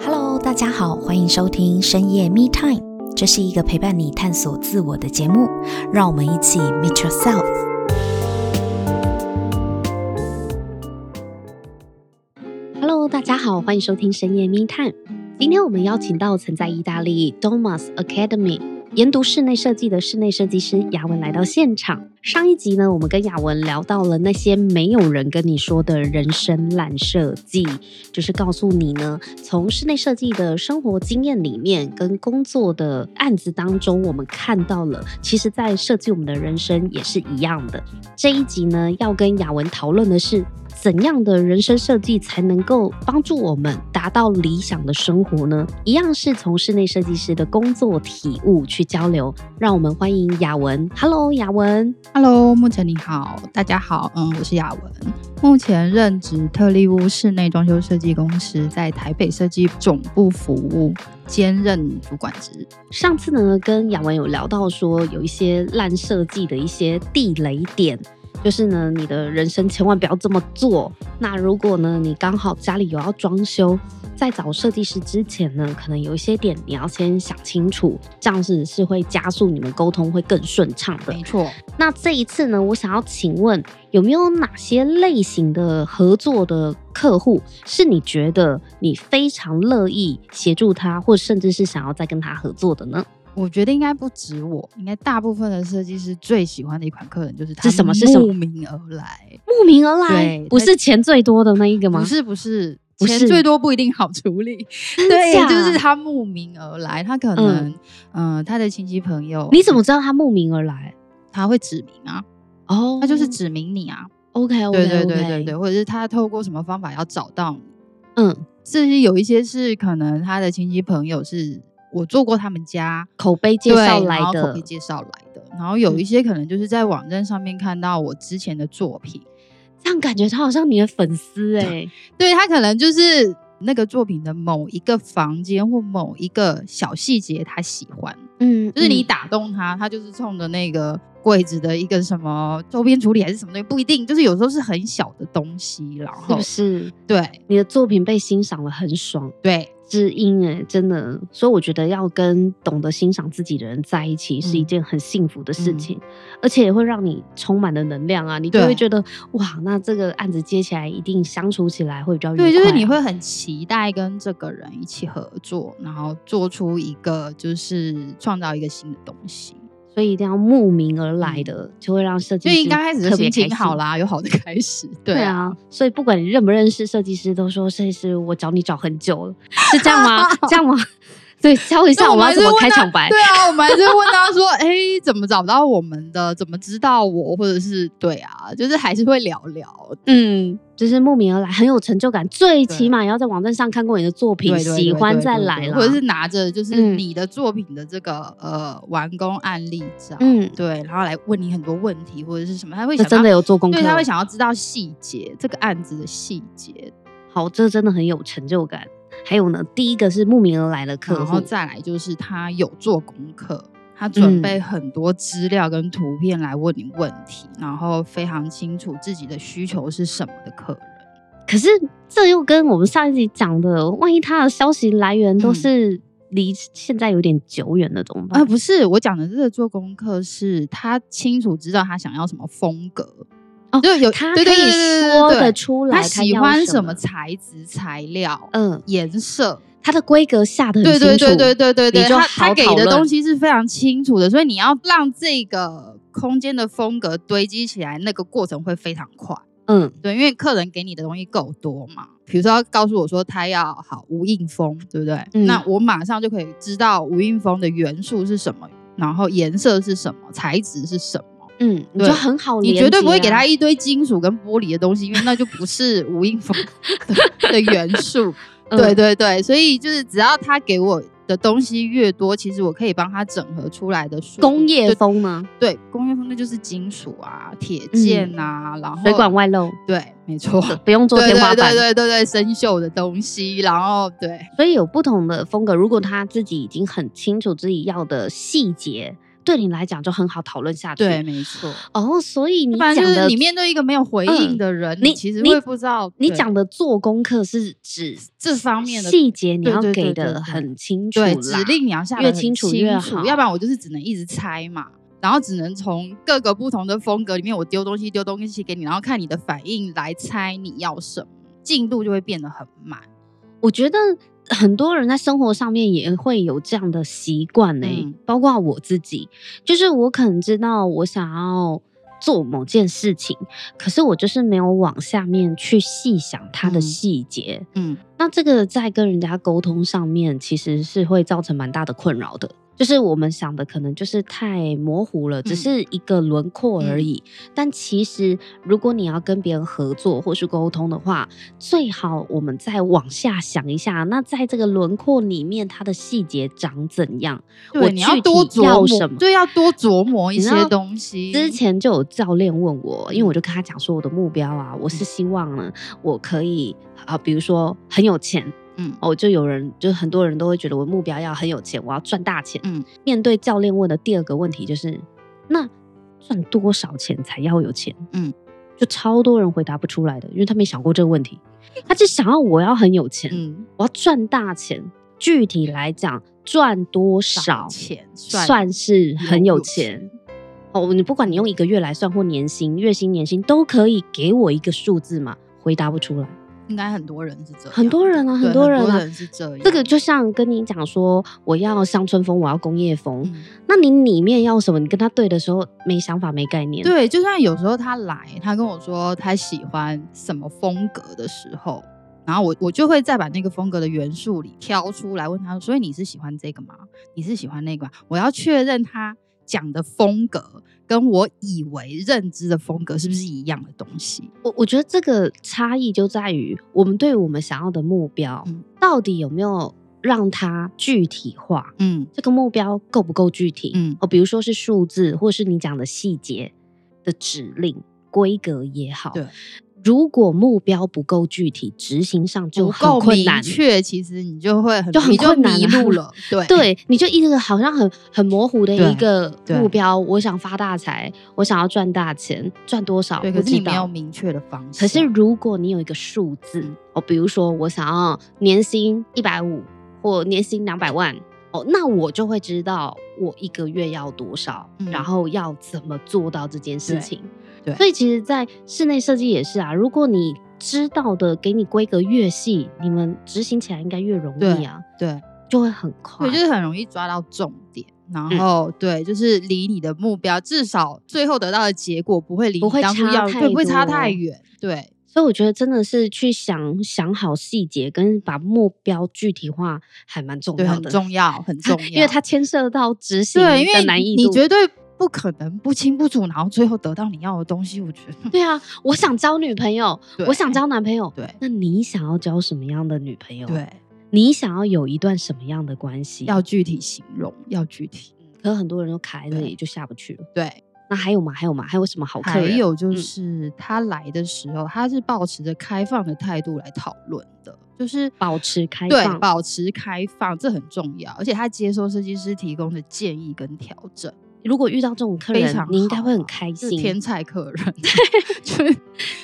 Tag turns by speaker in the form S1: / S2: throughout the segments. S1: Hello，大家好，欢迎收听深夜 Me Time，这是一个陪伴你探索自我的节目，让我们一起 Meet Yourself。Hello，大家好，欢迎收听深夜 Me Time。今天我们邀请到曾在意大利 Domus Academy 研读室内设计的室内设计师雅文来到现场。上一集呢，我们跟雅文聊到了那些没有人跟你说的人生烂设计，就是告诉你呢，从室内设计的生活经验里面跟工作的案子当中，我们看到了，其实，在设计我们的人生也是一样的。这一集呢，要跟雅文讨论的是。怎样的人生设计才能够帮助我们达到理想的生活呢？一样是从室内设计师的工作体悟去交流，让我们欢迎雅文。Hello，雅文。
S2: Hello，木晨你好，大家好，嗯，我是雅文，目前任职特力屋室内装修设计公司，在台北设计总部服务，兼任主管职。
S1: 上次呢，跟雅文有聊到说有一些烂设计的一些地雷点。就是呢，你的人生千万不要这么做。那如果呢，你刚好家里有要装修，在找设计师之前呢，可能有一些点你要先想清楚，这样子是会加速你们沟通会更顺畅的。
S2: 没错，
S1: 那这一次呢，我想要请问，有没有哪些类型的合作的客户是你觉得你非常乐意协助他，或甚至是想要再跟他合作的呢？
S2: 我觉得应该不止我，应该大部分的设计师最喜欢的一款客人就是他
S1: 是什么是什么
S2: 慕名而来，
S1: 慕名而来
S2: 对，
S1: 不是钱最多的那一个吗
S2: 不？是不是。
S1: 不
S2: 钱
S1: 是
S2: 最多不一定好处理，
S1: 真
S2: 对，
S1: 假
S2: 就是他慕名而来，他可能，嗯、他的亲戚朋友，
S1: 你怎么知道他慕名而来？
S2: 他会指明啊？
S1: 哦
S2: 他就是指明你啊，
S1: OK OK
S2: 对
S1: OK，
S2: 对对对对，或者是他透过什么方法要找到你。
S1: 嗯，
S2: 这些有一些是可能他的亲戚朋友是我做过他们家
S1: 口碑介
S2: 对
S1: 绍来
S2: 然后口
S1: 的嗯
S2: 碑，介绍来的，然后有一些可能就是在网站上面看到我之前的作品，
S1: 这样感觉他好像你的粉丝哎、
S2: 对他可能就是那个作品的某一个房间或某一个小细节他喜欢，
S1: 嗯，
S2: 就是你
S1: 嗯
S2: 打动他，他就是冲着那个柜子的一个什么周边处理还是什么东西，不一定，就是有时候是很小的东西，然
S1: 是
S2: 后
S1: 不是
S2: 对
S1: 你的作品被欣赏了很爽？
S2: 对
S1: 知音哎、真的，所以我觉得要跟懂得欣赏自己的人在一起
S2: 嗯
S1: 是一件很幸福的事情，而且也会让你充满了能量啊，你就
S2: 对
S1: 会觉得哇，那这个案子接起来一定相处起来会比较愉快啊、
S2: 对，就是你会很期待跟这个人一起合作，然后做出一个就是创造一个新的东西。
S1: 所以一定要慕名而
S2: 嗯
S1: 来的，就会让设计
S2: 就
S1: 师
S2: 应该开始
S1: 特
S2: 就
S1: 别
S2: 心
S1: 开
S2: 情
S1: 心
S2: 好啦，有好的 开始。对
S1: 对
S2: 啊，
S1: 啊，所以不管你认不认识设计师，都说设计师我找你找很久了，是这样 吗？这样吗？对，教一
S2: 所以
S1: 下我们要
S2: 还是
S1: 怎么
S2: 问
S1: 开
S2: 他
S1: 场 白。
S2: 对啊，我们还是问他说：“哎、怎么找到我们的？怎么知道我？或者是对啊，就是还是会聊聊。
S1: 嗯，就是慕名而来，很有成就感，最
S2: 对
S1: 起码也要在网站上看过你的作
S2: 对
S1: 品，
S2: 对对
S1: 喜欢
S2: 对
S1: 再
S2: 对
S1: 来
S2: 对
S1: 啦。
S2: 或者是拿着就是
S1: 嗯
S2: 你的作品的这个、呃完工案例照，
S1: 嗯，
S2: 对，然后来问你很多问题或者是什么，他会
S1: 这
S2: 想
S1: 真
S2: 要
S1: 的有做功课，
S2: 对，他会想要知道细节，这个案子的细节，
S1: 好，这真的很有成就感。还有呢，第一个是慕名而来的客
S2: 然后
S1: 户，
S2: 再来就是他有做功课，他准备很多资料跟图片来问你问题，然后非常清楚自己的需求是什么的客人。
S1: 可是这又跟我们上一集讲的，万一他的消息来源都
S2: 嗯
S1: 是离现在有点久远了，怎么
S2: 啊、
S1: 办？
S2: 不是，我讲的这个做功课是他清楚知道他想要什么风格，
S1: 哦
S2: 就有
S1: 他可
S2: 对对
S1: 以
S2: 对对对
S1: 说
S2: 对
S1: 得出来，
S2: 他喜
S1: 要
S2: 欢
S1: 什
S2: 什么材质、材料、
S1: 嗯，
S2: 颜色，
S1: 它的规格下的很清
S2: 对
S1: 楚，
S2: 对对对对对
S1: 你
S2: 对，
S1: 就
S2: 他
S1: 好
S2: 他给
S1: 讨
S2: 的
S1: 论
S2: 东西是非常清楚的，所以你要让这个空间的风格堆积起来，那个过程会非常快。
S1: 嗯，
S2: 对，因为客人给你的东西够多嘛，比如说他告诉我说他要好无印风，对不对？
S1: 嗯
S2: 那我马上就可以知道无印风的元素是什么，然后颜色是什么，材质是什么。
S1: 嗯，你
S2: 对
S1: 就很好连
S2: 你
S1: 接啊、
S2: 绝对不会给他一堆金属跟玻璃的东西，因为那就不是无印风 的的元素。
S1: 嗯
S2: 对对对，所以就是只要他给我的东西越多，其实我可以帮他整合出来的速度
S1: 工业
S2: 对
S1: 风吗？
S2: 对工业风那就是金属啊、铁件啊，然后
S1: 水管外露，
S2: 对，没错，
S1: 不用做
S2: 对
S1: 天花
S2: 对
S1: 板，
S2: 对对对对，生锈的东西，然后对
S1: 所以有不同的风格。如果他自己已经很清楚自己要的细节。对你来讲就很好讨论下去。
S2: 对，，没错。
S1: 哦，所以你
S2: 不然
S1: 讲
S2: 就是
S1: 的嗯
S2: 你面对一个没有回应的人，
S1: 你
S2: 其实
S1: 你
S2: 会不知道
S1: 你
S2: 对
S1: 讲的做功课是指
S2: 这方面的
S1: 细节，你
S2: 对
S1: 要
S2: 对对
S1: 给
S2: 对
S1: 的
S2: 对
S1: 很清楚啦
S2: 对指令，你要下得
S1: 越
S2: 很
S1: 清
S2: 清
S1: 楚越好
S2: 要不然我就是只能一直猜嘛，然后只能从各个不同的风格里面，我丢东西丢东西给你，然后看你的反应来猜你要什么，进度就会变得很慢。
S1: 我觉得很多人在生活上面也会有这样的习惯呢、
S2: 嗯
S1: 包括我自己，就是我可能知道我想要做某件事情，可是我就是没有往下面去细想它的
S2: 嗯
S1: 细节。
S2: 嗯，
S1: 那这个在跟人家沟通上面，其实是会造成蛮大的困扰的。就是我们想的可能就是太模糊了，只是一个轮廓而已。但其实，如果你要跟别人合作或是沟通的话，最好我们再往下想一下，那在这个轮廓里面，它的细节长怎样？我
S2: 对，你要
S1: 具
S2: 多
S1: 体要
S2: 琢
S1: 什
S2: 磨，
S1: 么
S2: 对，要多琢磨一
S1: 你知道
S2: 些东西。
S1: 之前就有教练问我，因为我就跟他讲说我的目标啊，我
S2: 嗯
S1: 是希望呢，我可以啊、比如说很有钱，
S2: 嗯
S1: 哦，就有人就很多人都会觉得我目标要很有钱，我要赚大钱。
S2: 嗯，
S1: 面对教练问的第二个问题就是，那赚多少钱才要有钱？
S2: 嗯，
S1: 就超多人回答不出来的，因为他没想过这个问 题，他只想要我要很有钱，
S2: 嗯，
S1: 我要赚大钱。具体来讲，赚多少
S2: 少钱算
S1: 算是很有
S2: 有
S1: 钱。哦，你不管你用一个月来算或年薪、月薪、年薪都可以给我一个数字嘛？回答不出来。
S2: 应该很多人是这样，
S1: 很多人啊
S2: 对
S1: 很
S2: 很
S1: 多人啊
S2: 是这样。
S1: 这个就像跟你讲说，我要乡村风，我要工业风，
S2: 嗯
S1: 那你里面要什么？你跟他对的时候没想法、没概念。，
S2: 对，就算有时候他来，他跟我说他喜欢什么风格的时候，然后我我就会再把那个风格的元素里挑出来，问他，所以你是喜欢这个吗？你是喜欢那个吗？我要确认他讲的风格跟我以为认知的风格是不是一样的东西。
S1: 我我觉得这个差异就在于我们对我们想要的目标，
S2: 嗯
S1: 到底有没有让它具体化？
S2: 嗯
S1: 这个目标够不够具体？
S2: 嗯
S1: 哦，比如说是数字，或是你讲的细节的指令、规格也好。
S2: 对。
S1: 如果目标不够具体，执行上就
S2: 不
S1: 很
S2: 够
S1: 困
S2: 明
S1: 难。
S2: 确，其实你就会很
S1: 就很
S2: 你就
S1: 困难
S2: 迷
S1: 啊
S2: 路了。对
S1: 对，你就一直好像很很模糊的
S2: 对
S1: 一个
S2: 对
S1: 目标，我想发大财，我想要赚大钱，赚多少？
S2: 对，
S1: 不
S2: 可是
S1: 知
S2: 你没
S1: 道。
S2: 有明确的方向。
S1: 可是如果你有一个数字
S2: 嗯
S1: 哦，比如说我想要年薪一百五或年薪两百万哦，那我就会知道我一个月要多少，
S2: 嗯
S1: 然后要怎么做到这件事
S2: 对
S1: 情。
S2: 对
S1: 所以其实，在室内设计也是啊，如果你知道的给你规格越细，你们执行起来应该越容易
S2: 对
S1: 啊，
S2: 对，
S1: 就会很快。
S2: 对，就是很容易抓到重点。然
S1: 嗯
S2: 后、对，就是离你的目标，至少最后得到的结果不会离
S1: 不
S2: 你
S1: 会
S2: 当初
S1: 差
S2: 要
S1: 太
S2: 对，不会差太
S1: 多
S2: 远。对，
S1: 所以我觉得真的是去想想好细节，跟把目标具体化还蛮重
S2: 对，
S1: 要
S2: 很
S1: 的，
S2: 重要，很重要，
S1: 因为它牵涉到执行
S2: 对，因
S1: 的
S2: 为
S1: 难易
S2: 你
S1: 度。
S2: 绝对不可能不清不楚，然后最后得到你要的东西。我觉得，
S1: 对啊，我想交女朋友，我
S2: 对
S1: 想交男朋友。
S2: 对
S1: 那你想要交什么样的女朋友？，
S2: 对，
S1: 你想要有一段什么样的关系？
S2: 要，具体形容，要具体。
S1: 可是很多人都卡在那
S2: 对
S1: 里就下不去了。
S2: 对，
S1: 那还有吗？还有吗？还有什么好客
S2: 还
S1: 人？
S2: 有就
S1: 嗯
S2: 是、他来的时候，他是保持着开放的态度来讨论的，就是
S1: 保持开
S2: 对
S1: 放，
S2: 保持开放，这很重要。而且他接受设计师提供的建议跟调整，
S1: 如果遇到这种客
S2: 非
S1: 人
S2: 常，
S1: 你应该
S2: 好
S1: 会很
S2: 啊
S1: 开
S2: 就是
S1: 心。
S2: 天才客 人，就是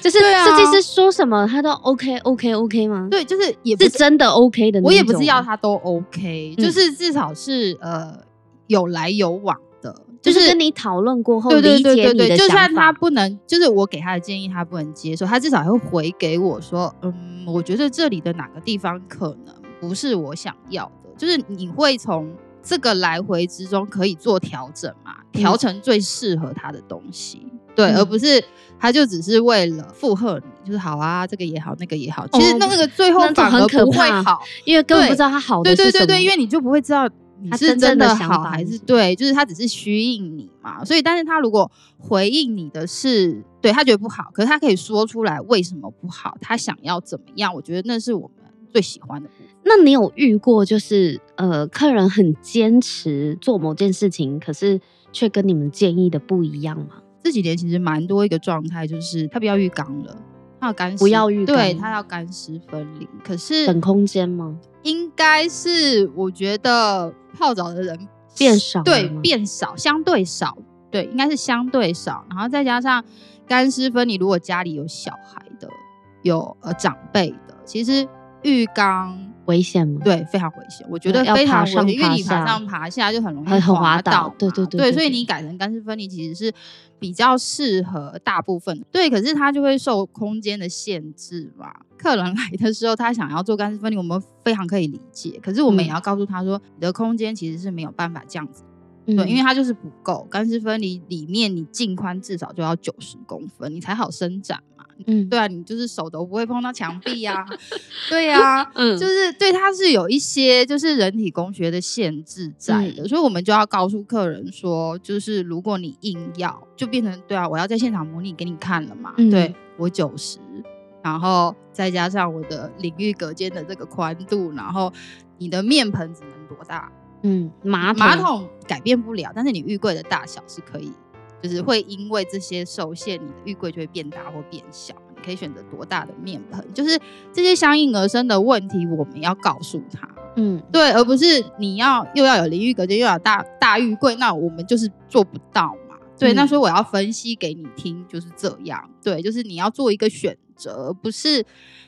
S1: 就是
S2: 对啊
S1: 设计师说什么，他都 OK OK OK 吗？，
S2: 对，就是也不
S1: 是真的 OK 的那一种吗。
S2: 我也不是要他都 OK，、
S1: 嗯
S2: 就是至少是呃有来有往的，
S1: 就是
S2: 是
S1: 跟你讨论过后
S2: 对对对
S1: 理解
S2: 对
S1: 你的
S2: 对，就
S1: 想
S2: 算他
S1: 法
S2: 不能，就是我给他的建议他不能接受，他至少会回给我说，嗯，我觉得这里的哪个地方可能不是我想要的，就是你会从这个来回之中可以做调整嘛，调成最适合他的东西，对，
S1: 嗯
S2: 而不是他就只是为了附和你，就是好啊，这个也好，那个也好，其
S1: 哦
S2: 实那个最后
S1: 那种
S2: 反
S1: 很
S2: 而
S1: 可
S2: 不会
S1: 怕
S2: 好，
S1: 因为根本
S2: 对
S1: 不知道他好的
S2: 对
S1: 是什么。
S2: 对对对，因为你就不会知道你
S1: 他
S2: 是
S1: 真正
S2: 真
S1: 的想
S2: 好
S1: 法
S2: 还
S1: 是
S2: 是
S1: 什么
S2: 对，就是他只是虚应你嘛。所以，但是他如果回应你的是对他觉得不好，可是他可以说出来为什么不好，他想要怎么样，我觉得那是我们最喜欢的部分。
S1: 那你有遇过就是呃，客人很坚持做某件事情，可是却跟你们建议的不一样吗？
S2: 这几年其实蛮多一个状态，就是他不要浴缸了，他要干湿
S1: 不要浴
S2: 对
S1: 缸
S2: 他要干湿分离。可是
S1: 等空间吗？
S2: 应该是我觉得泡澡的人
S1: 变少了
S2: 对
S1: 吗，
S2: 变少，相对少，对，应该是相对少。然后再加上干湿分离，如果家里有小孩的，有呃长辈的，其实浴缸
S1: 危险吗？
S2: 对非常危险，我觉
S1: 对
S2: 得
S1: 要
S2: 非常
S1: 爬
S2: 危险，
S1: 上
S2: 因为你
S1: 爬
S2: 爬
S1: 下
S2: 上爬下就很容易
S1: 很很滑
S2: 倒
S1: 倒
S2: 嘛，
S1: 对对对
S2: 对
S1: 对
S2: 所以
S1: 对
S2: 你改成干湿分离其实是比较适合大部分对，可是它就会受空间的限制嘛。客人来的时候，他想要做干湿分离，我们非常可以理解，可是我们
S1: 嗯
S2: 也要告诉他说，你的空间其实是没有办法这样子。
S1: 嗯
S2: 对，因为它就是不够。干湿分离里面，你净宽至少就要九十公分，你才好伸展嘛。
S1: 嗯
S2: 对啊，你就是手都不会碰到墙壁啊。 对啊，
S1: 嗯
S2: 就是对它是有一些就是人体工学的限制在
S1: 嗯
S2: 的，所以我们就要告诉客人说，就是如果你硬要，就变成对啊，我要在现场模拟给你看了嘛。
S1: 嗯
S2: 对我九十，然后再加上我的领域隔间的这个宽度，然后你的面盆只能多大？
S1: 嗯马桶
S2: 马桶改变不了，但是你浴柜的大小是可以，就是会因为这些受限，你的浴柜就会变大或变小。你可以选择多大的面盆，就是这些相应而生的问题，我们要告诉他，
S1: 嗯
S2: 对，而不是你要又要有淋浴隔间，又要有大大浴柜，那我们就是做不到嘛。
S1: 嗯
S2: 对，那所以我要分析给你听，就是这样。对，就是你要做一个选择，不是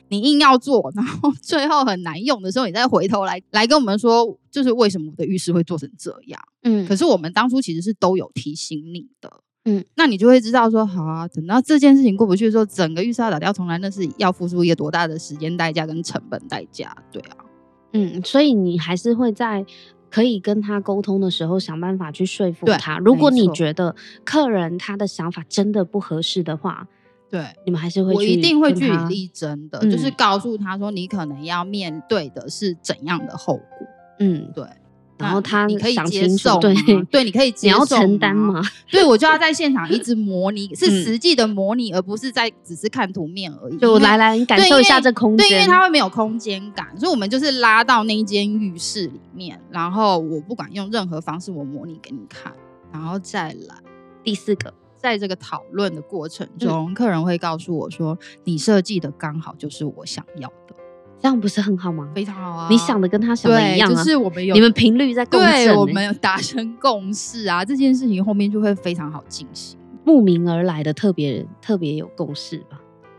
S2: 你硬要做，然后 最后很难用的时候，你再回头来来跟我们说，就是为什么我的浴室会做成这样。
S1: 嗯
S2: 可是我们当初其实是都有提醒你的，
S1: 嗯
S2: 嗯，那你就会知道说，好啊，等到这件事情过不去的时候，整个预算打掉重来，那是要付出一个多大的时间代价跟成本代价，对啊，
S1: 嗯，所以你还是会在可以跟他沟通的时候想办法去说服
S2: 对
S1: 他。如果
S2: 没
S1: 你
S2: 错
S1: 觉得客人他的想法真的不合适的话，
S2: 对。
S1: 你们还是会
S2: 我一
S1: 去
S2: 定会
S1: 跟
S2: 据理
S1: 他
S2: 力争的，
S1: 嗯
S2: 就是告诉他说，你可能要面对的是怎样的后果。
S1: 嗯
S2: 对，
S1: 然后
S2: 那
S1: 他
S2: 你可以
S1: 想
S2: 接
S1: 清楚
S2: 受
S1: 对
S2: 吗对，你可以
S1: 你
S2: 接
S1: 要
S2: 受
S1: 承担吗？
S2: 吗对，我就要在现场一直模拟，
S1: 嗯
S2: 是实际的模拟，而不是在只是看图面而已。
S1: 就我
S2: 因为
S1: 来来，你感
S2: 对
S1: 受
S2: 因
S1: 一下
S2: 为
S1: 这空间。
S2: 对，因为它会没有空间感，所以我们就是拉到那一间浴室里面，然后我不管用任何方式，我模拟给你看，然后再来。
S1: 第四个，
S2: 在这个讨论的过程
S1: 嗯
S2: 中，客人会告诉我说：“你设计的刚好就是我想要的，
S1: 这样不是很好吗？
S2: 非常好啊！
S1: 你想的跟他想的一
S2: 对，
S1: 样
S2: 就
S1: 啊，
S2: 是我们有
S1: 你们频率在共振、
S2: 对，
S1: 欸，
S2: 我们有达成共识啊，这件事情后面就会非常好进行。
S1: 慕名而来的特别特别有共识吧？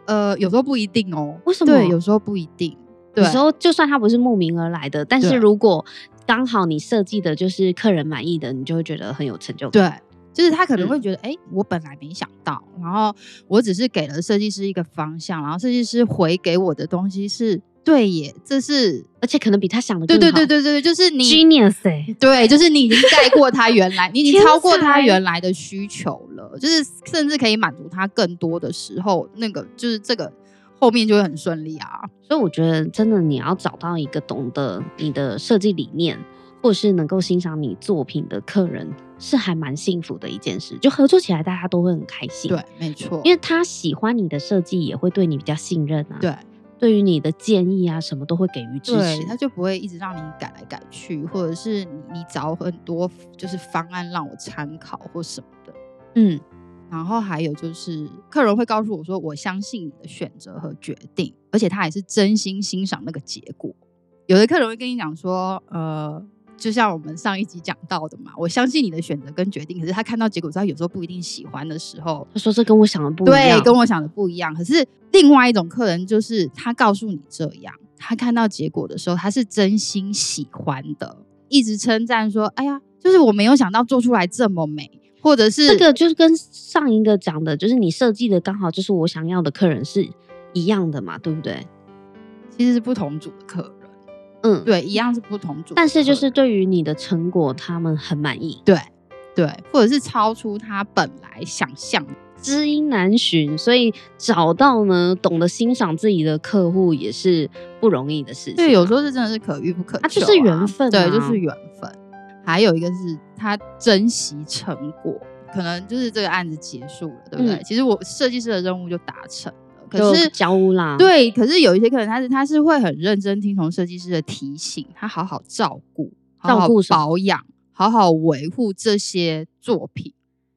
S2: 呃，有时候不一定哦，
S1: 为什么
S2: 对，有时候不一定。
S1: 有
S2: 对，
S1: 时候就算他不是慕名而来的，但是
S2: 对
S1: 如果刚好你设计的就是客人满意的，你就会觉得很有成就感。
S2: 对，就是他可能
S1: 嗯
S2: 会觉得，哎、我本来没想到，然后我只是给了设计师一个方向，然后设计师回给我的东西是对耶，这是
S1: 而且可能比他想的
S2: 对
S1: 更
S2: 对
S1: 好。
S2: 对对对，就是你
S1: genius 欸
S2: 对，就是你已经盖过他原来，你已经
S1: 天
S2: 超过他
S1: 才
S2: 原来的需求了，就是甚至可以满足他更多的时候，那个就是这个后面就会很顺利啊。
S1: 所以我觉得真的你要找到一个懂得你的设计理念，或是能够欣赏你作品的客人，是还蛮幸福的一件事。就合作起来，大家都会很开心。
S2: 对，，没错，
S1: 因为他喜欢你的设计，也会对你比较信任啊。
S2: 对，
S1: 对于你的建议啊，什么都会给予支
S2: 对，他
S1: 持。
S2: 就不会一直让你改来改去，或者是你你找很多就是方案让我参考或什么的。
S1: 嗯
S2: 然后还有就是，客人会告诉我说，我相信你的选择和决定，而且他也是真心欣赏那个结果。有的客人会跟你讲说，呃，就像我们上一集讲到的嘛，我相信你的选择跟决定，可是他看到结果之后，有时候不一定喜欢的时候，
S1: 他说这跟我想的不一
S2: 对
S1: 样。，
S2: 跟我想的不一样。可是另外一种客人就是他告诉你这样，他看到结果的时候，他是真心喜欢的，一直称赞说：“哎呀，就是我没有想到做出来这么美。”或者是
S1: 这个就是跟上一个讲的，就是你设计的刚好就是我想要的客人是一样的嘛，对不对？
S2: 其实是不同组的客人，
S1: 嗯，。
S2: 对，一样是不同组的客人，
S1: 但是就是对于你的成果，他们很满意。
S2: 对对，或者是超出他本来想象的。
S1: 知音难寻，所以找到呢懂得欣赏自己的客户也是不容易的事情。
S2: 对，有时候是真的是可遇不可求、
S1: 啊就是缘分啊
S2: 对，就是缘分。还有一个是他珍惜成果，可能就是这个案子结束了，对不对？
S1: 嗯
S2: 其实我设计师的任务就达成了，可
S1: 就是交屋啦
S2: 对，可是有一些客人他是他是会很认真听从设计师的提醒，他好好照顾，好
S1: 照
S2: 好
S1: 顾什么
S2: 保养，好好维护这些作品。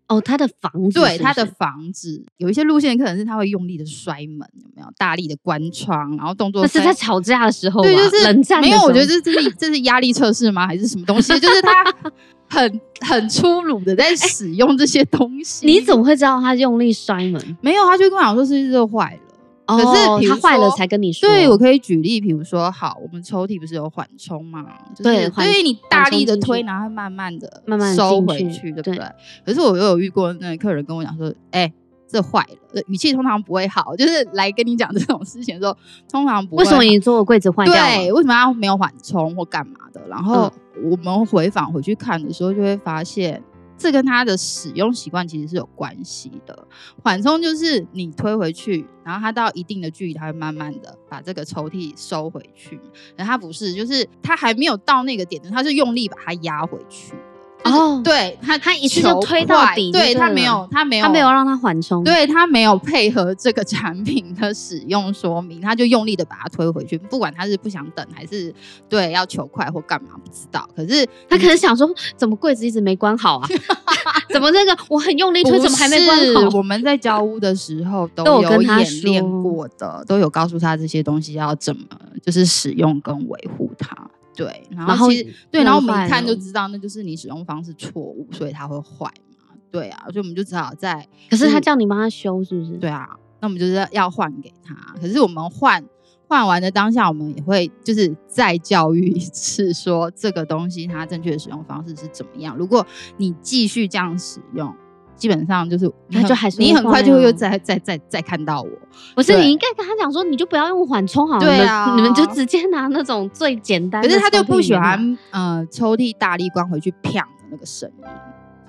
S1: 哦，他的房子
S2: 对
S1: 是不
S2: 他的
S1: 是
S2: 房子，有一些路线可能是他会用力的摔门，有没有大力的关窗，然后动作
S1: 那是
S2: 虽
S1: 在吵架的时候吧，
S2: 对，就是
S1: 冷战的
S2: 没
S1: 时
S2: 有，
S1: 候。
S2: 我觉得这这是这是压力测试吗？还是什么东西？就是 他很很粗鲁的在使用这些东西。
S1: 哎你怎么会知道他用力摔门？
S2: 没有？他就跟我讲说是热坏了。可是
S1: 哦
S2: 比如
S1: 他坏了
S2: 说
S1: 才跟你说。
S2: 对，我可以举例，比如说，好，我们抽屉不是有缓冲嘛？就是、
S1: 对缓
S2: 因为你大
S1: 缓冲
S2: 力的
S1: 进去
S2: 推，然后慢慢的、
S1: 慢慢地
S2: 收
S1: 进
S2: 回
S1: 去
S2: 去，对不
S1: 对
S2: 对？可是我又有遇过那个客人跟我讲说，哎、这坏了，语气通常不会好，就是来跟你讲这种事情的时候，通常不会
S1: 为什么
S2: 好
S1: 你做的柜子坏掉嗯了？
S2: 对，为什么他没有缓冲或干嘛的？然后我们回访回去看的时候，就会发现这跟他的使用习惯其实是有关系的。缓冲就是你推回去，然后它到一定的距离，它会慢慢的把这个抽屉收回去。然后它不是，就是它还没有到那个点，它是用力把它压回去。就是
S1: 哦
S2: 对，它
S1: 它一次就
S2: 求
S1: 推到
S2: 快
S1: 底就
S2: 对，
S1: 对
S2: 它没
S1: 了
S2: 有，它没有，
S1: 他没有让他缓冲。
S2: 对他没有配合这个产品的使用说明，他就用力的把它推回去，不管他是不想等还是对要求快或干嘛，不知道。可是
S1: 他可能想说，怎么柜子一直没关好啊？ 怎么那个我很用力推，
S2: 不
S1: 怎么还没关
S2: 是
S1: 好？
S2: 我们在交屋的时候都
S1: 都有
S2: 有
S1: 跟他
S2: 演练
S1: 说
S2: 过的，都有告诉他这些东西要怎么就是使用跟维护它。对，然
S1: 然后
S2: 后其实对，
S1: 弄
S2: 然后我们
S1: 坏
S2: 一看就
S1: 了
S2: 知道那就是你使用方式错误，所以它会坏嘛。对啊，所以我们就只好在
S1: 可是他
S2: 是
S1: 叫你帮他修，是不是？
S2: 嗯对啊，那我们就是要换给他。可是我们换换完的当下，我们也会就是再教育一次，说这个东西它正确的使用方式是怎么样。如果你继续这样使用，基本上就是你
S1: 它就
S2: 很
S1: 还是
S2: 你
S1: 会
S2: 很快就
S1: 坏
S2: 会又
S1: 啊
S2: 再再再再看到我。
S1: 不是
S2: 对
S1: 你应该跟他讲说，你就不要用缓冲好了，
S2: 对啊
S1: 你们你们就直接拿那种最简单
S2: 可
S1: 的。
S2: 是他就不喜，欢呃抽屉大力关回去砰的那个声音，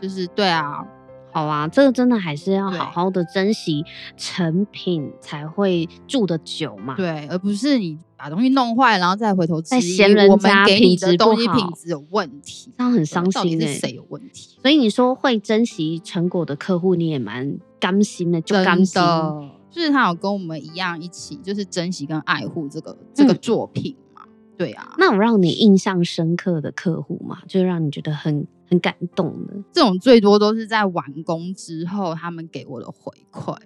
S2: 就是对啊，
S1: 好啊，这个真的还是要
S2: 对
S1: 好好的珍惜成品才会住的久嘛。
S2: 对，而不是你把东西弄坏，然后再回头质
S1: 再
S2: 疑
S1: 嫌人
S2: 我们
S1: 家
S2: 给
S1: 品
S2: 你
S1: 质
S2: 的
S1: 不
S2: 东西品
S1: 好
S2: 质有问题，
S1: 这样很
S2: 对
S1: 伤
S2: 到底
S1: 心
S2: 是
S1: 欸
S2: 谁有问题？
S1: 所以你说会珍惜成果的客户，你也蛮甘心的，就
S2: 真
S1: 甘心。
S2: 的，就是他有跟我们一样一起，就是珍惜跟爱护这个这个
S1: 嗯
S2: 作品嘛。对啊，
S1: 那有让你印象深刻的客户嘛，就让你觉得很很感动的。
S2: 这种最多都是在完工之后他们给我的回馈。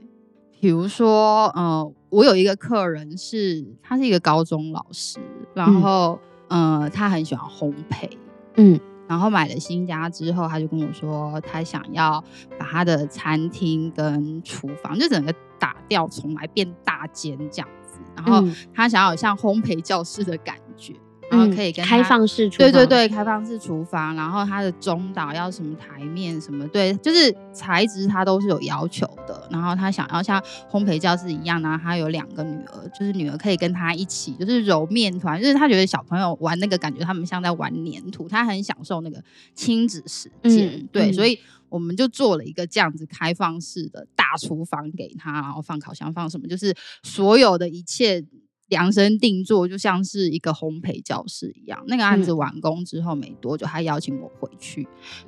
S2: 比如说，呃，我有一个客人是他是一个高中老师，然
S1: 嗯
S2: 后、呃，他很喜欢烘焙，
S1: 嗯，
S2: 然后买了新家之后，他就跟我说，他想要把他的餐厅跟厨房就整个打掉，重来变大间这样子。然后
S1: 嗯
S2: 他想要有像烘焙教室的感觉，然后可以跟
S1: 开
S2: 他
S1: 放式厨
S2: 对
S1: 房，
S2: 对，对，开放式厨房，然后它的中岛要什么台面什么，对，就是材质它都是有要求的。然后他想要像烘焙教室一样，然后他有两个女儿，就是女儿可以跟他一起，就是揉面团，就是他觉得小朋友玩那个感觉，他们像在玩粘土，他很享受那个亲子时间。
S1: 嗯
S2: 对，
S1: 嗯
S2: 所以我们就做了一个这样子开放式的大厨房给他，然后放烤箱，放什么，就是所有的一切量身定做，就像是一个烘焙教室一样。那个案子
S1: 嗯
S2: 完工之后没多久，他邀请我回去，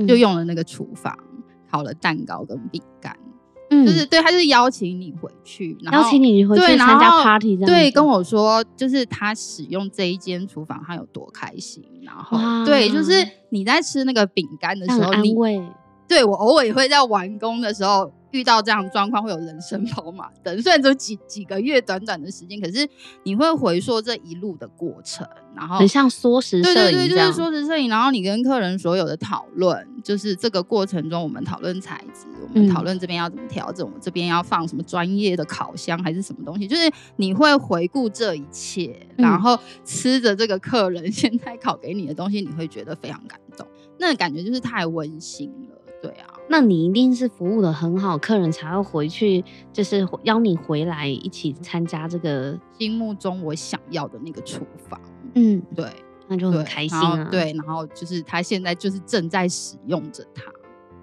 S2: 就、用了那个厨房烤了蛋糕跟饼干，
S1: 嗯
S2: 就是对他就是邀请你回去，然后
S1: 邀请你回去
S2: 对，然
S1: 参加
S2: 后
S1: party 这样子。
S2: 对，跟我说就是他使用这一间厨房，他有多开心。然
S1: 哇
S2: 后对，就是你在吃那个饼干的
S1: 这
S2: 时
S1: 样
S2: 候，
S1: 安
S2: 你哦
S1: 慰。
S2: 对我偶尔也会在完工的时候遇到这样的状况，会有人生跑马灯。虽然只有几几个月短短的时间，可是你会回溯这一路的过程，然后
S1: 很像缩时
S2: 对
S1: 摄
S2: 对
S1: 影这
S2: 对，就是
S1: 样，
S2: 说是摄影，然后你跟客人所有的讨论，就是这个过程中我们讨论材质，我们
S1: 嗯
S2: 讨论这边要怎么调整，我们这边要放什么专业的烤箱还是什么东西，就是你会回顾这一切，然
S1: 嗯
S2: 后吃着这个客人现在烤给你的东西，你会觉得非常感动，那个感觉就是太温馨了，对啊。
S1: 那你一定是服务的很好，客人才会回去，就是邀你回来一起参加这个，
S2: 心目中我想要的那个厨房，
S1: 嗯，
S2: 对，
S1: 那就
S2: 对，
S1: 很开心
S2: 然后
S1: 啊。，
S2: 对，然后就是他现在就是正在使用着它，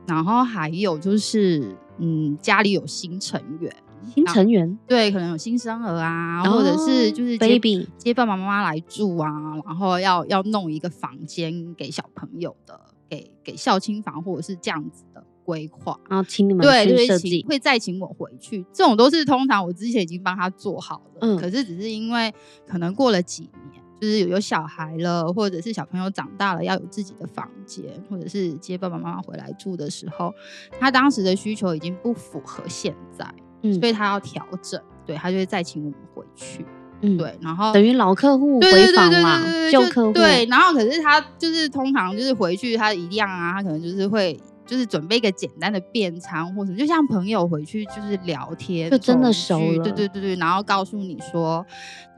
S2: 然后还有就是，嗯，家里有新成员，
S1: 新成员
S2: 对，可能有新生儿啊，或者是就是接
S1: 哦 baby
S2: 接爸爸妈妈来住啊，然后要要弄一个房间给小朋友的，给给孝亲房或者是这样子的规划。
S1: 然后请你们
S2: 对，就
S1: 去
S2: 是
S1: 设
S2: 请
S1: 计，
S2: 会再请我回去，这种都是通常我之前已经帮他做好了，
S1: 嗯
S2: 可是只是因为可能过了几年，就是有有小孩了，或者是小朋友长大了要有自己的房间，或者是接爸爸妈妈回来住的时候，他当时的需求已经不符合现在，
S1: 嗯
S2: 所以他要调整，对他就会再请我们回去，
S1: 嗯，
S2: 对，然后
S1: 等于老客户
S2: 对对
S1: 回
S2: 对
S1: 访
S2: 对
S1: 啦
S2: 对对，
S1: 旧
S2: 就
S1: 客户
S2: 对，然后可是他就是通常就是回去他一样啊，他可能就是会就是准备一个简单的便餐或什么，就像朋友回去就是聊天，
S1: 就真的
S2: 重聚
S1: 熟了，
S2: 对对对对，然后告诉你说。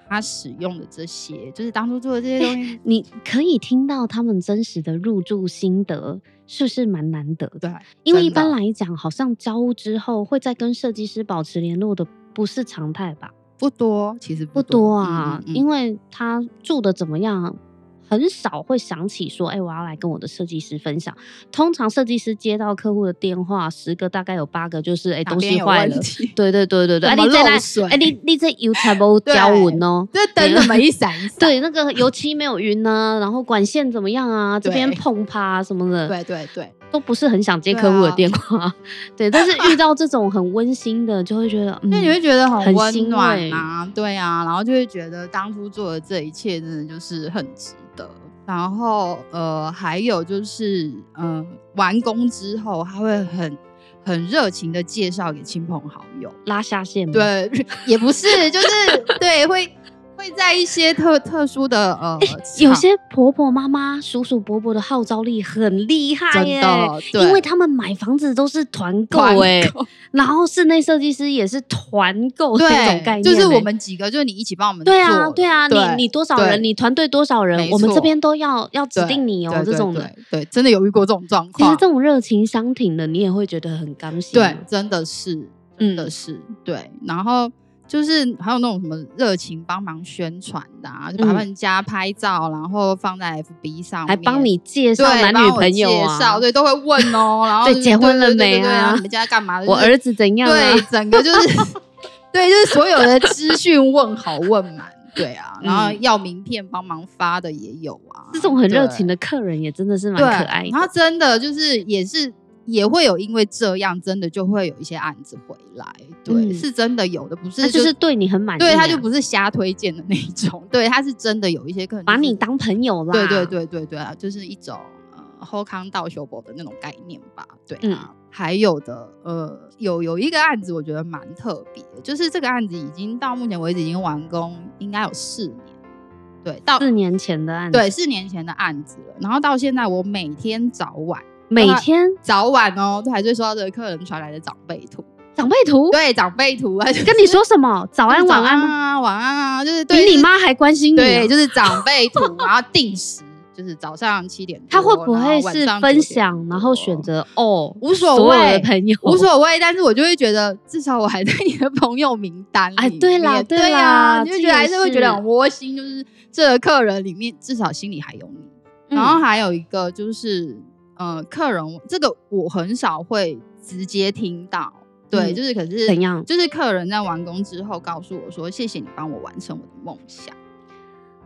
S2: 他使用的这些，就是当初做的这些东 西
S1: 你可以听到他们真实的入住心得，是不是蛮难得的？
S2: 对，啊
S1: 因为一
S2: 真
S1: 般
S2: 的
S1: 来讲，好像交屋之后会再跟设计师保持联络的不是常态吧？
S2: 不多，嗯其实
S1: 不多啊，因
S2: 为
S1: 为他住的怎么样，很少会想起说，哎、我要来跟我的设计师分享。通常设计师接到客户的电话，十个大概有八个就是，哎、东西坏了。对对对对对，哎、
S2: 怎么
S1: 你这
S2: 漏
S1: 来，
S2: 水
S1: 哎、你你这油才 不交稳哦。
S2: 这灯怎么一闪一 闪？
S1: 对，那 个油漆没有匀呢、然后管线怎么样啊？这边
S2: 对
S1: 碰趴、啊、什么的，
S2: 对对对，
S1: 都不是很想接
S2: 对
S1: 客户的
S2: 啊
S1: 电话， 对。但是遇到这种很温馨的，就会觉 得，嗯，
S2: 所以你会觉得
S1: 很
S2: 很温
S1: 欣
S2: 暖
S1: 慰
S2: 啊，对啊，然后就会觉得当初做的这一切真的就是很值得。然后呃，还有就是呃，完工之后他会很很热情的介绍给亲朋好友，
S1: 拉下线吗，
S2: 对， 也不是，就是对会。会在一些特特殊的呃，
S1: 有
S2: 场
S1: 些婆婆妈妈、叔叔伯伯的号召力很厉害耶，
S2: 真的对
S1: 因为他们买房子都是团购
S2: 团
S1: 哎，
S2: 购
S1: 然后室内设计师也是团购
S2: 对
S1: 这种概念，
S2: 就是我
S1: 哎
S2: 们几个，就是你一起帮我们
S1: 对啊
S2: 做
S1: 对啊，
S2: 对
S1: 你你多少
S2: 对
S1: 人，你团队多少人，
S2: 没
S1: 我们这
S2: 错
S1: 边都要要指
S2: 对
S1: 定你哦，
S2: 对
S1: 这
S2: 对
S1: 种
S2: 对
S1: 的。
S2: 对，真的有遇过这种状
S1: 其
S2: 况
S1: 实。这种热情相挺的，你也会觉得很甘心。
S2: 对，真的是，真
S1: 嗯
S2: 的是，对。然后就是还有那种什么热情帮忙宣传的、啊，就把
S1: 嗯
S2: 他们家拍照，然后放在 FB 上面，
S1: 还帮你介
S2: 对
S1: 绍男
S2: 帮
S1: 女
S2: 我
S1: 朋友啊，
S2: 介绍，对，都会问哦。 然后
S1: 对
S2: 就是
S1: 结婚了
S2: 对对
S1: 没
S2: 对对
S1: 啊
S2: 你们家 干嘛的？
S1: 我
S2: 就是
S1: 儿子怎样啊
S2: 对，整个就是 对，就是所有的资讯问好问满。对 啊，然后
S1: 嗯
S2: 要名片帮忙发的也有啊，
S1: 这种很热情的
S2: 对
S1: 客人也真的是蛮
S2: 对，
S1: 可爱
S2: 然后
S1: 的。
S2: 真的就是也是也会有因为这样，真的就会有一些案子回来，对，
S1: 嗯
S2: 是真的有的，不
S1: 他
S2: 是
S1: 就是对你很满意啊，
S2: 对他就不是瞎推荐的那一种，对，他是真的有一些客人、
S1: 把你。当朋友啦。
S2: 对对对对对啊，就是一种呃后康道修博的那种概念吧，对
S1: 嗯
S2: 啊。还有的，呃，有有一个案子，我觉得蛮特别，就是这个案子已经到目前为止已经完工，应该有四年，对，到
S1: 四年前的案子，
S2: 对，四年前的案子了。然后到现在，我每天早晚
S1: 每天
S2: 早晚哦，都还是会收到这个客人传来的长辈图。
S1: 长辈图
S2: 对，长辈图， 他就
S1: 跟你说什么？早安
S2: 就是
S1: 晚安吗，
S2: 啊，晚安啊，就是
S1: 比
S2: 对
S1: 你妈还关心你啊。
S2: 对，就是长辈图，然后定时就是早上七点多，
S1: 他会不会
S2: 然后晚
S1: 是
S2: 上
S1: 分
S2: 9点
S1: 享，然后
S2: 多
S1: 选？择哦，
S2: 无所
S1: 所有的
S2: 谓
S1: 朋友
S2: 无所谓，但是我就会觉得，至少我还在你的朋友名单里
S1: 哎
S2: 面。
S1: 对啦对
S2: 对
S1: 啦
S2: 啊，你就
S1: 这
S2: 觉得
S1: 也
S2: 还是会觉
S1: 是
S2: 得很窝心，就是这个客人里面至少心里还有你。
S1: 嗯
S2: 然后还有一个就是，呃，客人这个我很少会直接听到，对，
S1: 嗯
S2: 就是可是
S1: 怎样
S2: 就是客人在完工之后告诉我说：“谢谢你帮我完成我的梦想。”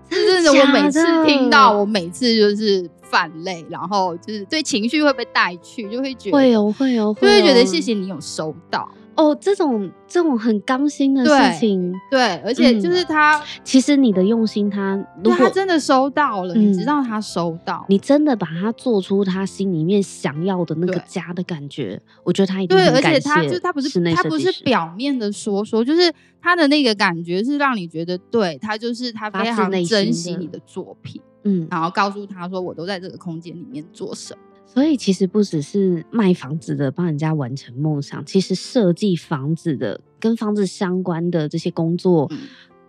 S2: 真的，我每次
S1: 假的
S2: 听到，我每次就是泛泪，然后就是对情绪会被带去，就会觉得
S1: 会哦会哦，
S2: 就会觉
S1: 哦
S2: 得谢谢你有收到。
S1: 哦，这种这种很刚心的
S2: 对
S1: 事情，
S2: 对，而且就是他，
S1: 其实你的用心，他嗯如
S2: 对
S1: 果
S2: 他真的收到了，
S1: 嗯
S2: 你知道他收到，
S1: 你真的把他做出他心里面想要的那个
S2: 对
S1: 家的感觉，我觉得他一定
S2: 对，
S1: 很
S2: 而
S1: 感
S2: 且他
S1: 谢
S2: 就他不
S1: 室
S2: 是
S1: 内
S2: 他
S1: 设
S2: 不
S1: 计
S2: 是
S1: 师
S2: 表面的说说，就是他的那个感觉是让你觉得对他就是他
S1: 发
S2: 非
S1: 自
S2: 常
S1: 内心
S2: 珍惜
S1: 的
S2: 你的作品，
S1: 嗯，
S2: 然后告诉他说我都在这个空间里面做什么。
S1: 所以其实不只是卖房子的帮人家完成梦想，其实设计房子的跟房子相关的这些工作，
S2: 嗯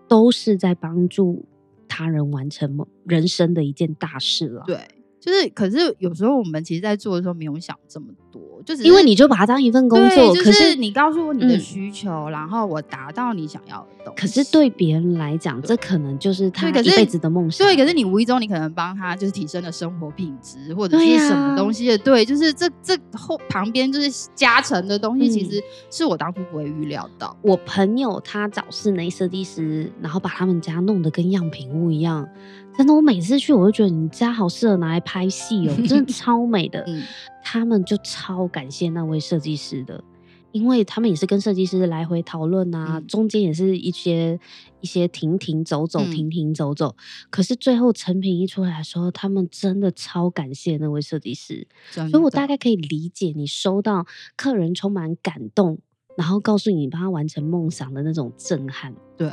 S1: 都是在帮助他人完成梦人生的一件大事了。，
S2: 对，就是可是有时候我们其实，在做的时候没有想这么多，就只
S1: 因为
S2: 是
S1: 你就把它当一份工
S2: 对
S1: 作，
S2: 就
S1: 可
S2: 是
S1: 是
S2: 你告诉我你的
S1: 嗯
S2: 需求，然后我达到你想要的东西。
S1: 可是对别人来讲，这可能就是他
S2: 对，可
S1: 一
S2: 是
S1: 辈子的梦想。
S2: 对，可是你无意中你可能帮他就是提升了生活品质，或者
S1: 对
S2: 是
S1: 呀
S2: 什么东西的，对,、就是这这后旁边就是加成的东西，其
S1: 嗯
S2: 实是我当初不会预料到。
S1: 我朋友他找室内设计师，然后把他们家弄得跟样品屋一样。真的，我每次去我就觉得你家好适合拿来拍 戏哦，真的超美的。
S2: 嗯
S1: 他们就超感谢那位设计师的，因为他们也是跟设计师来回讨论啊，
S2: 嗯
S1: 中间也是一些一些停停走走，
S2: 嗯
S1: 停停走走。可是最后成品一出来的时候，他们真的超感谢那位设计师，
S2: 所
S1: 所以我大概可以理解你收到客人充满感动，然后告诉你帮他完成梦想的那种震撼。
S2: 对，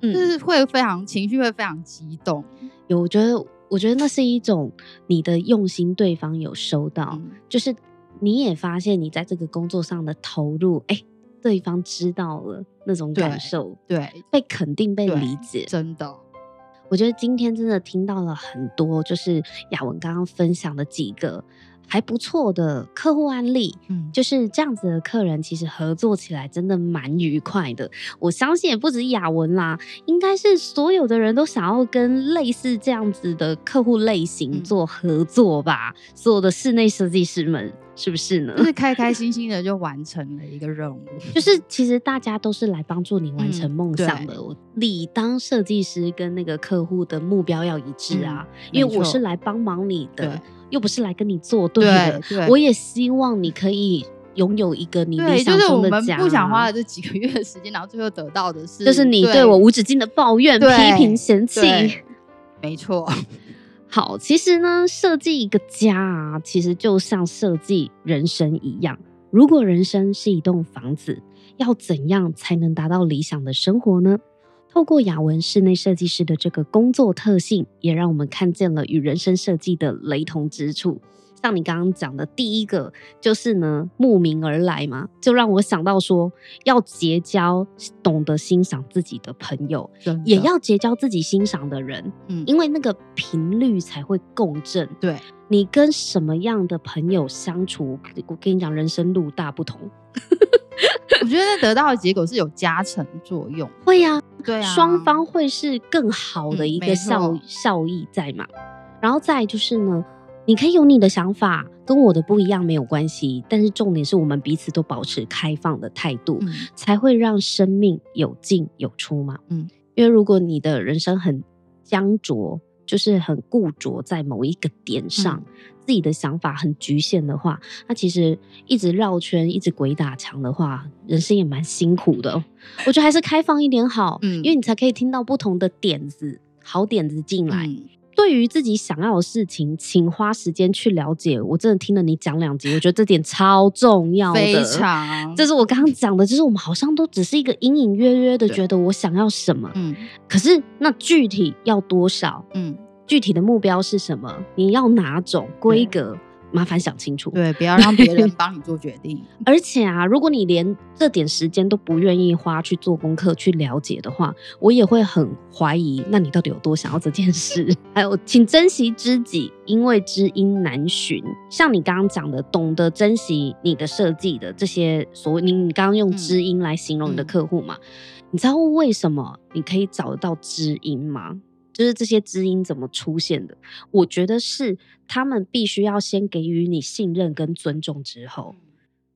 S1: 嗯
S2: 就是会非常情绪会非常激动，
S1: 有，我觉得，我觉得那是一种你的用心，对方有收到，
S2: 嗯
S1: 就是你也发现你在这个工作上的投入，哎、对方知道了那种感
S2: 对
S1: 受，
S2: 对，
S1: 被肯定、被
S2: 对
S1: 理解。
S2: 真的，
S1: 我觉得今天真的听到了很多，就是雅文刚刚分享的几个还不错的客户案例，
S2: 嗯，
S1: 就是这样子的客人，其实合作起来真的蛮愉快的。我相信也不止雅文啦，应该是所有的人都想要跟类似这样子的客户类型
S2: 嗯
S1: 做合作吧。所有的室内设计师们，是不是呢
S2: 就？是开开心心的就完成了一个任务，
S1: 就是其实大家都是来帮助你完成
S2: 嗯
S1: 梦想的，我理当设计师跟那个客户的目标要一致啊，因为
S2: 嗯没
S1: 我
S2: 错
S1: 是来帮忙你的
S2: 对，
S1: 又不是来跟你作对的
S2: 对。对，
S1: 我也希望你可以拥有一个你理
S2: 对，就
S1: 想
S2: 是我
S1: 中的
S2: 们
S1: 家。
S2: 不想花了这几个月的时间，然后最后得到的是，
S1: 就是你对我无止境的抱怨、批
S2: 对
S1: 评、嫌弃。
S2: 对 没错，
S1: 好，其实呢，设计一个家啊，其实就像设计人生一样。如果人生是一栋房子，要怎样才能达到理想的生活呢？透过雅文室内设计师的这个工作特性，也让我们看见了与人生设计的雷同之处。像你刚刚讲的第一个，就是呢慕名而来嘛，就让我想到说，要结交懂得欣赏自己的朋友，
S2: 真的
S1: 也要结交自己欣赏的人。
S2: 嗯，
S1: 因为那个频率才会共振。
S2: 对，
S1: 你跟什么样的朋友相处，我跟你讲，人生路大不同。
S2: 我觉得得到的结果是有加成作用，
S1: 会呀、
S2: 对啊，
S1: 双方会是更好的
S2: 嗯
S1: 一个
S2: 没
S1: 效、
S2: 错
S1: 效益在嘛。然后再来就是呢，你可以有你的想法，跟我的不一样没有关系，但是重点是我们彼此都保持开放的态度。
S2: 嗯
S1: 才会让生命有进有出嘛。
S2: 嗯，
S1: 因为如果你的人生很僵着，就是很固着在某一个
S2: 嗯
S1: 点上，自己的想法很局限的话，那其实一直绕圈、一直鬼打墙的话，人生也蛮辛苦的哦。我觉得还是开放一点好，
S2: 嗯
S1: 因为你才可以听到不同的点子。好点子进来，
S2: 嗯
S1: 对于自己想要的事情，请花时间去了解。我真的听了你讲两集，我觉得这点超重要的，
S2: 嗯非常，
S1: 这是我刚刚讲的，就是我们好像都只是一个隐隐约约的
S2: 对
S1: 觉得我想要什么，
S2: 嗯
S1: 可是那具体要多少，
S2: 嗯，
S1: 具体的目标是什么，你要哪种规格，麻烦想清楚。
S2: 对，不要让别人帮你做决定，
S1: 而且啊，如果你连这点时间都不愿意花去做功课、去了解的话，我也会很怀疑，那你到底有多想要这件事？ 还有，请珍惜知己，因为知音难寻。像你刚刚讲的，懂得珍惜你的设计的这些所谓，你你刚刚用
S2: 嗯
S1: 知音来形容你的
S2: 嗯
S1: 客户嘛？你知道为什么你可以找得到知音吗？就是这些知音怎么出现的？我觉得是他们必须要先给予你信任跟尊重之
S2: 嗯
S1: 后，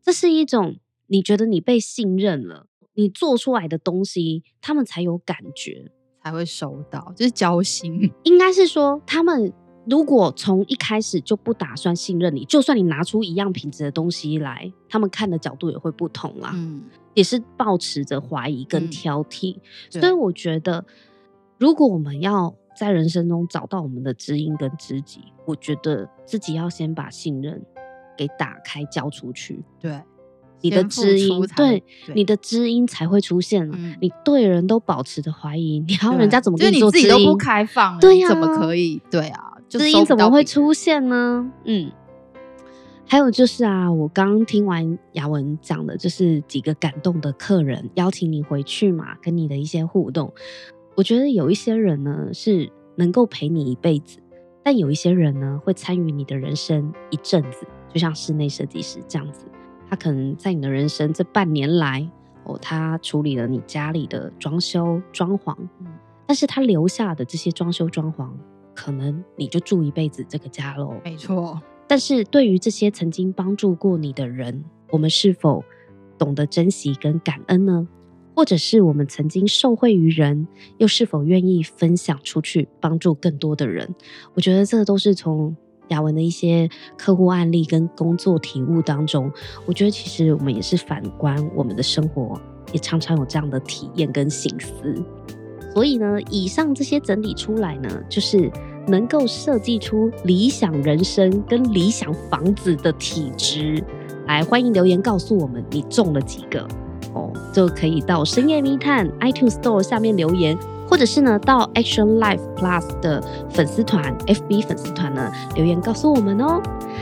S1: 这是一种你觉得你被信任了，你做出来的东西，他们才有感觉。
S2: 才会收到，就是交心，
S1: 应该是说，他们如果从一开始就不打算信任你，就算你拿出一样品质的东西来，他们看的角度也会不同啦，
S2: 嗯，
S1: 也是保持着怀疑跟
S2: 嗯
S1: 挑剔。
S2: 对
S1: 所以我觉得，如果我们要在人生中找到我们的知音跟知己，我觉得自己要先把信任给打开交出去，
S2: 对，
S1: 你的
S2: 先付
S1: 知音
S2: 出才
S1: 对
S2: 会
S1: 你的知音才会出现啊、
S2: 嗯
S1: 你对人都保持着怀疑，你还要
S2: 对啊
S1: 人家怎么
S2: 就是
S1: 跟
S2: 你
S1: 做
S2: 自
S1: 知音？
S2: 己都不开放了，
S1: 对
S2: 你
S1: 呀、
S2: 怎么可以？对啊，就
S1: 知
S2: 收
S1: 音
S2: 不
S1: 怎么
S2: 到
S1: 会
S2: 别人
S1: 出现呢？嗯，还有就是啊，我刚听完雅文讲的，就是几个感动的客人邀请你回去嘛，跟你的一些互动。我觉得有一些人呢是能够陪你一辈子，但有一些人呢会参与你的人生一阵子，就像室内设计师这样子，他可能在你的人生这半年来，哦，他处理了你家里的装修装潢，
S2: 嗯
S1: 但是他留下的这些装修装潢，可能你就住一辈子这个家喽。
S2: 没错，
S1: 但是对于这些曾经帮助过你的人，我们是否懂得珍惜跟感恩呢？或者是我们曾经受惠于人，又是否愿意分享出去，帮助更多的人？我觉得这都是从雅文的一些客户案例跟工作体悟当中，我觉得其实我们也是反观我们的生活，也常常有这样的体验跟醒思。所以呢，以上这些整理出来呢，就是能够设计出理想人生跟理想房子的体质。来，欢迎留言告诉我们你中了几个哦，就可以到深夜密探 iTunes Store 下面留言，或者是呢到 Action Life Plus 的粉丝团 FB 粉丝团呢留言告诉我们哦。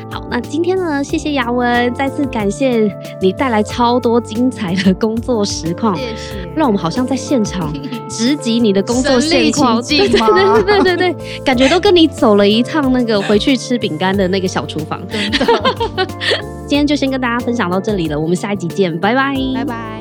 S1: 好，那今天呢，谢谢雅文，再次感谢你带来超多精彩的工作实况，
S2: 谢谢。
S1: 让我们好像在现 场直击你的工作
S2: 身
S1: 现
S2: 临
S1: 况，
S2: 其
S1: 对
S2: 境
S1: 对
S2: 吗
S1: 对对对对，对感觉都跟你走了一趟那个回去吃饼干的那个小厨房。
S2: 真 的，
S1: 今天就先跟大家分享到这里了，我们下一集见，拜拜，
S2: 拜拜。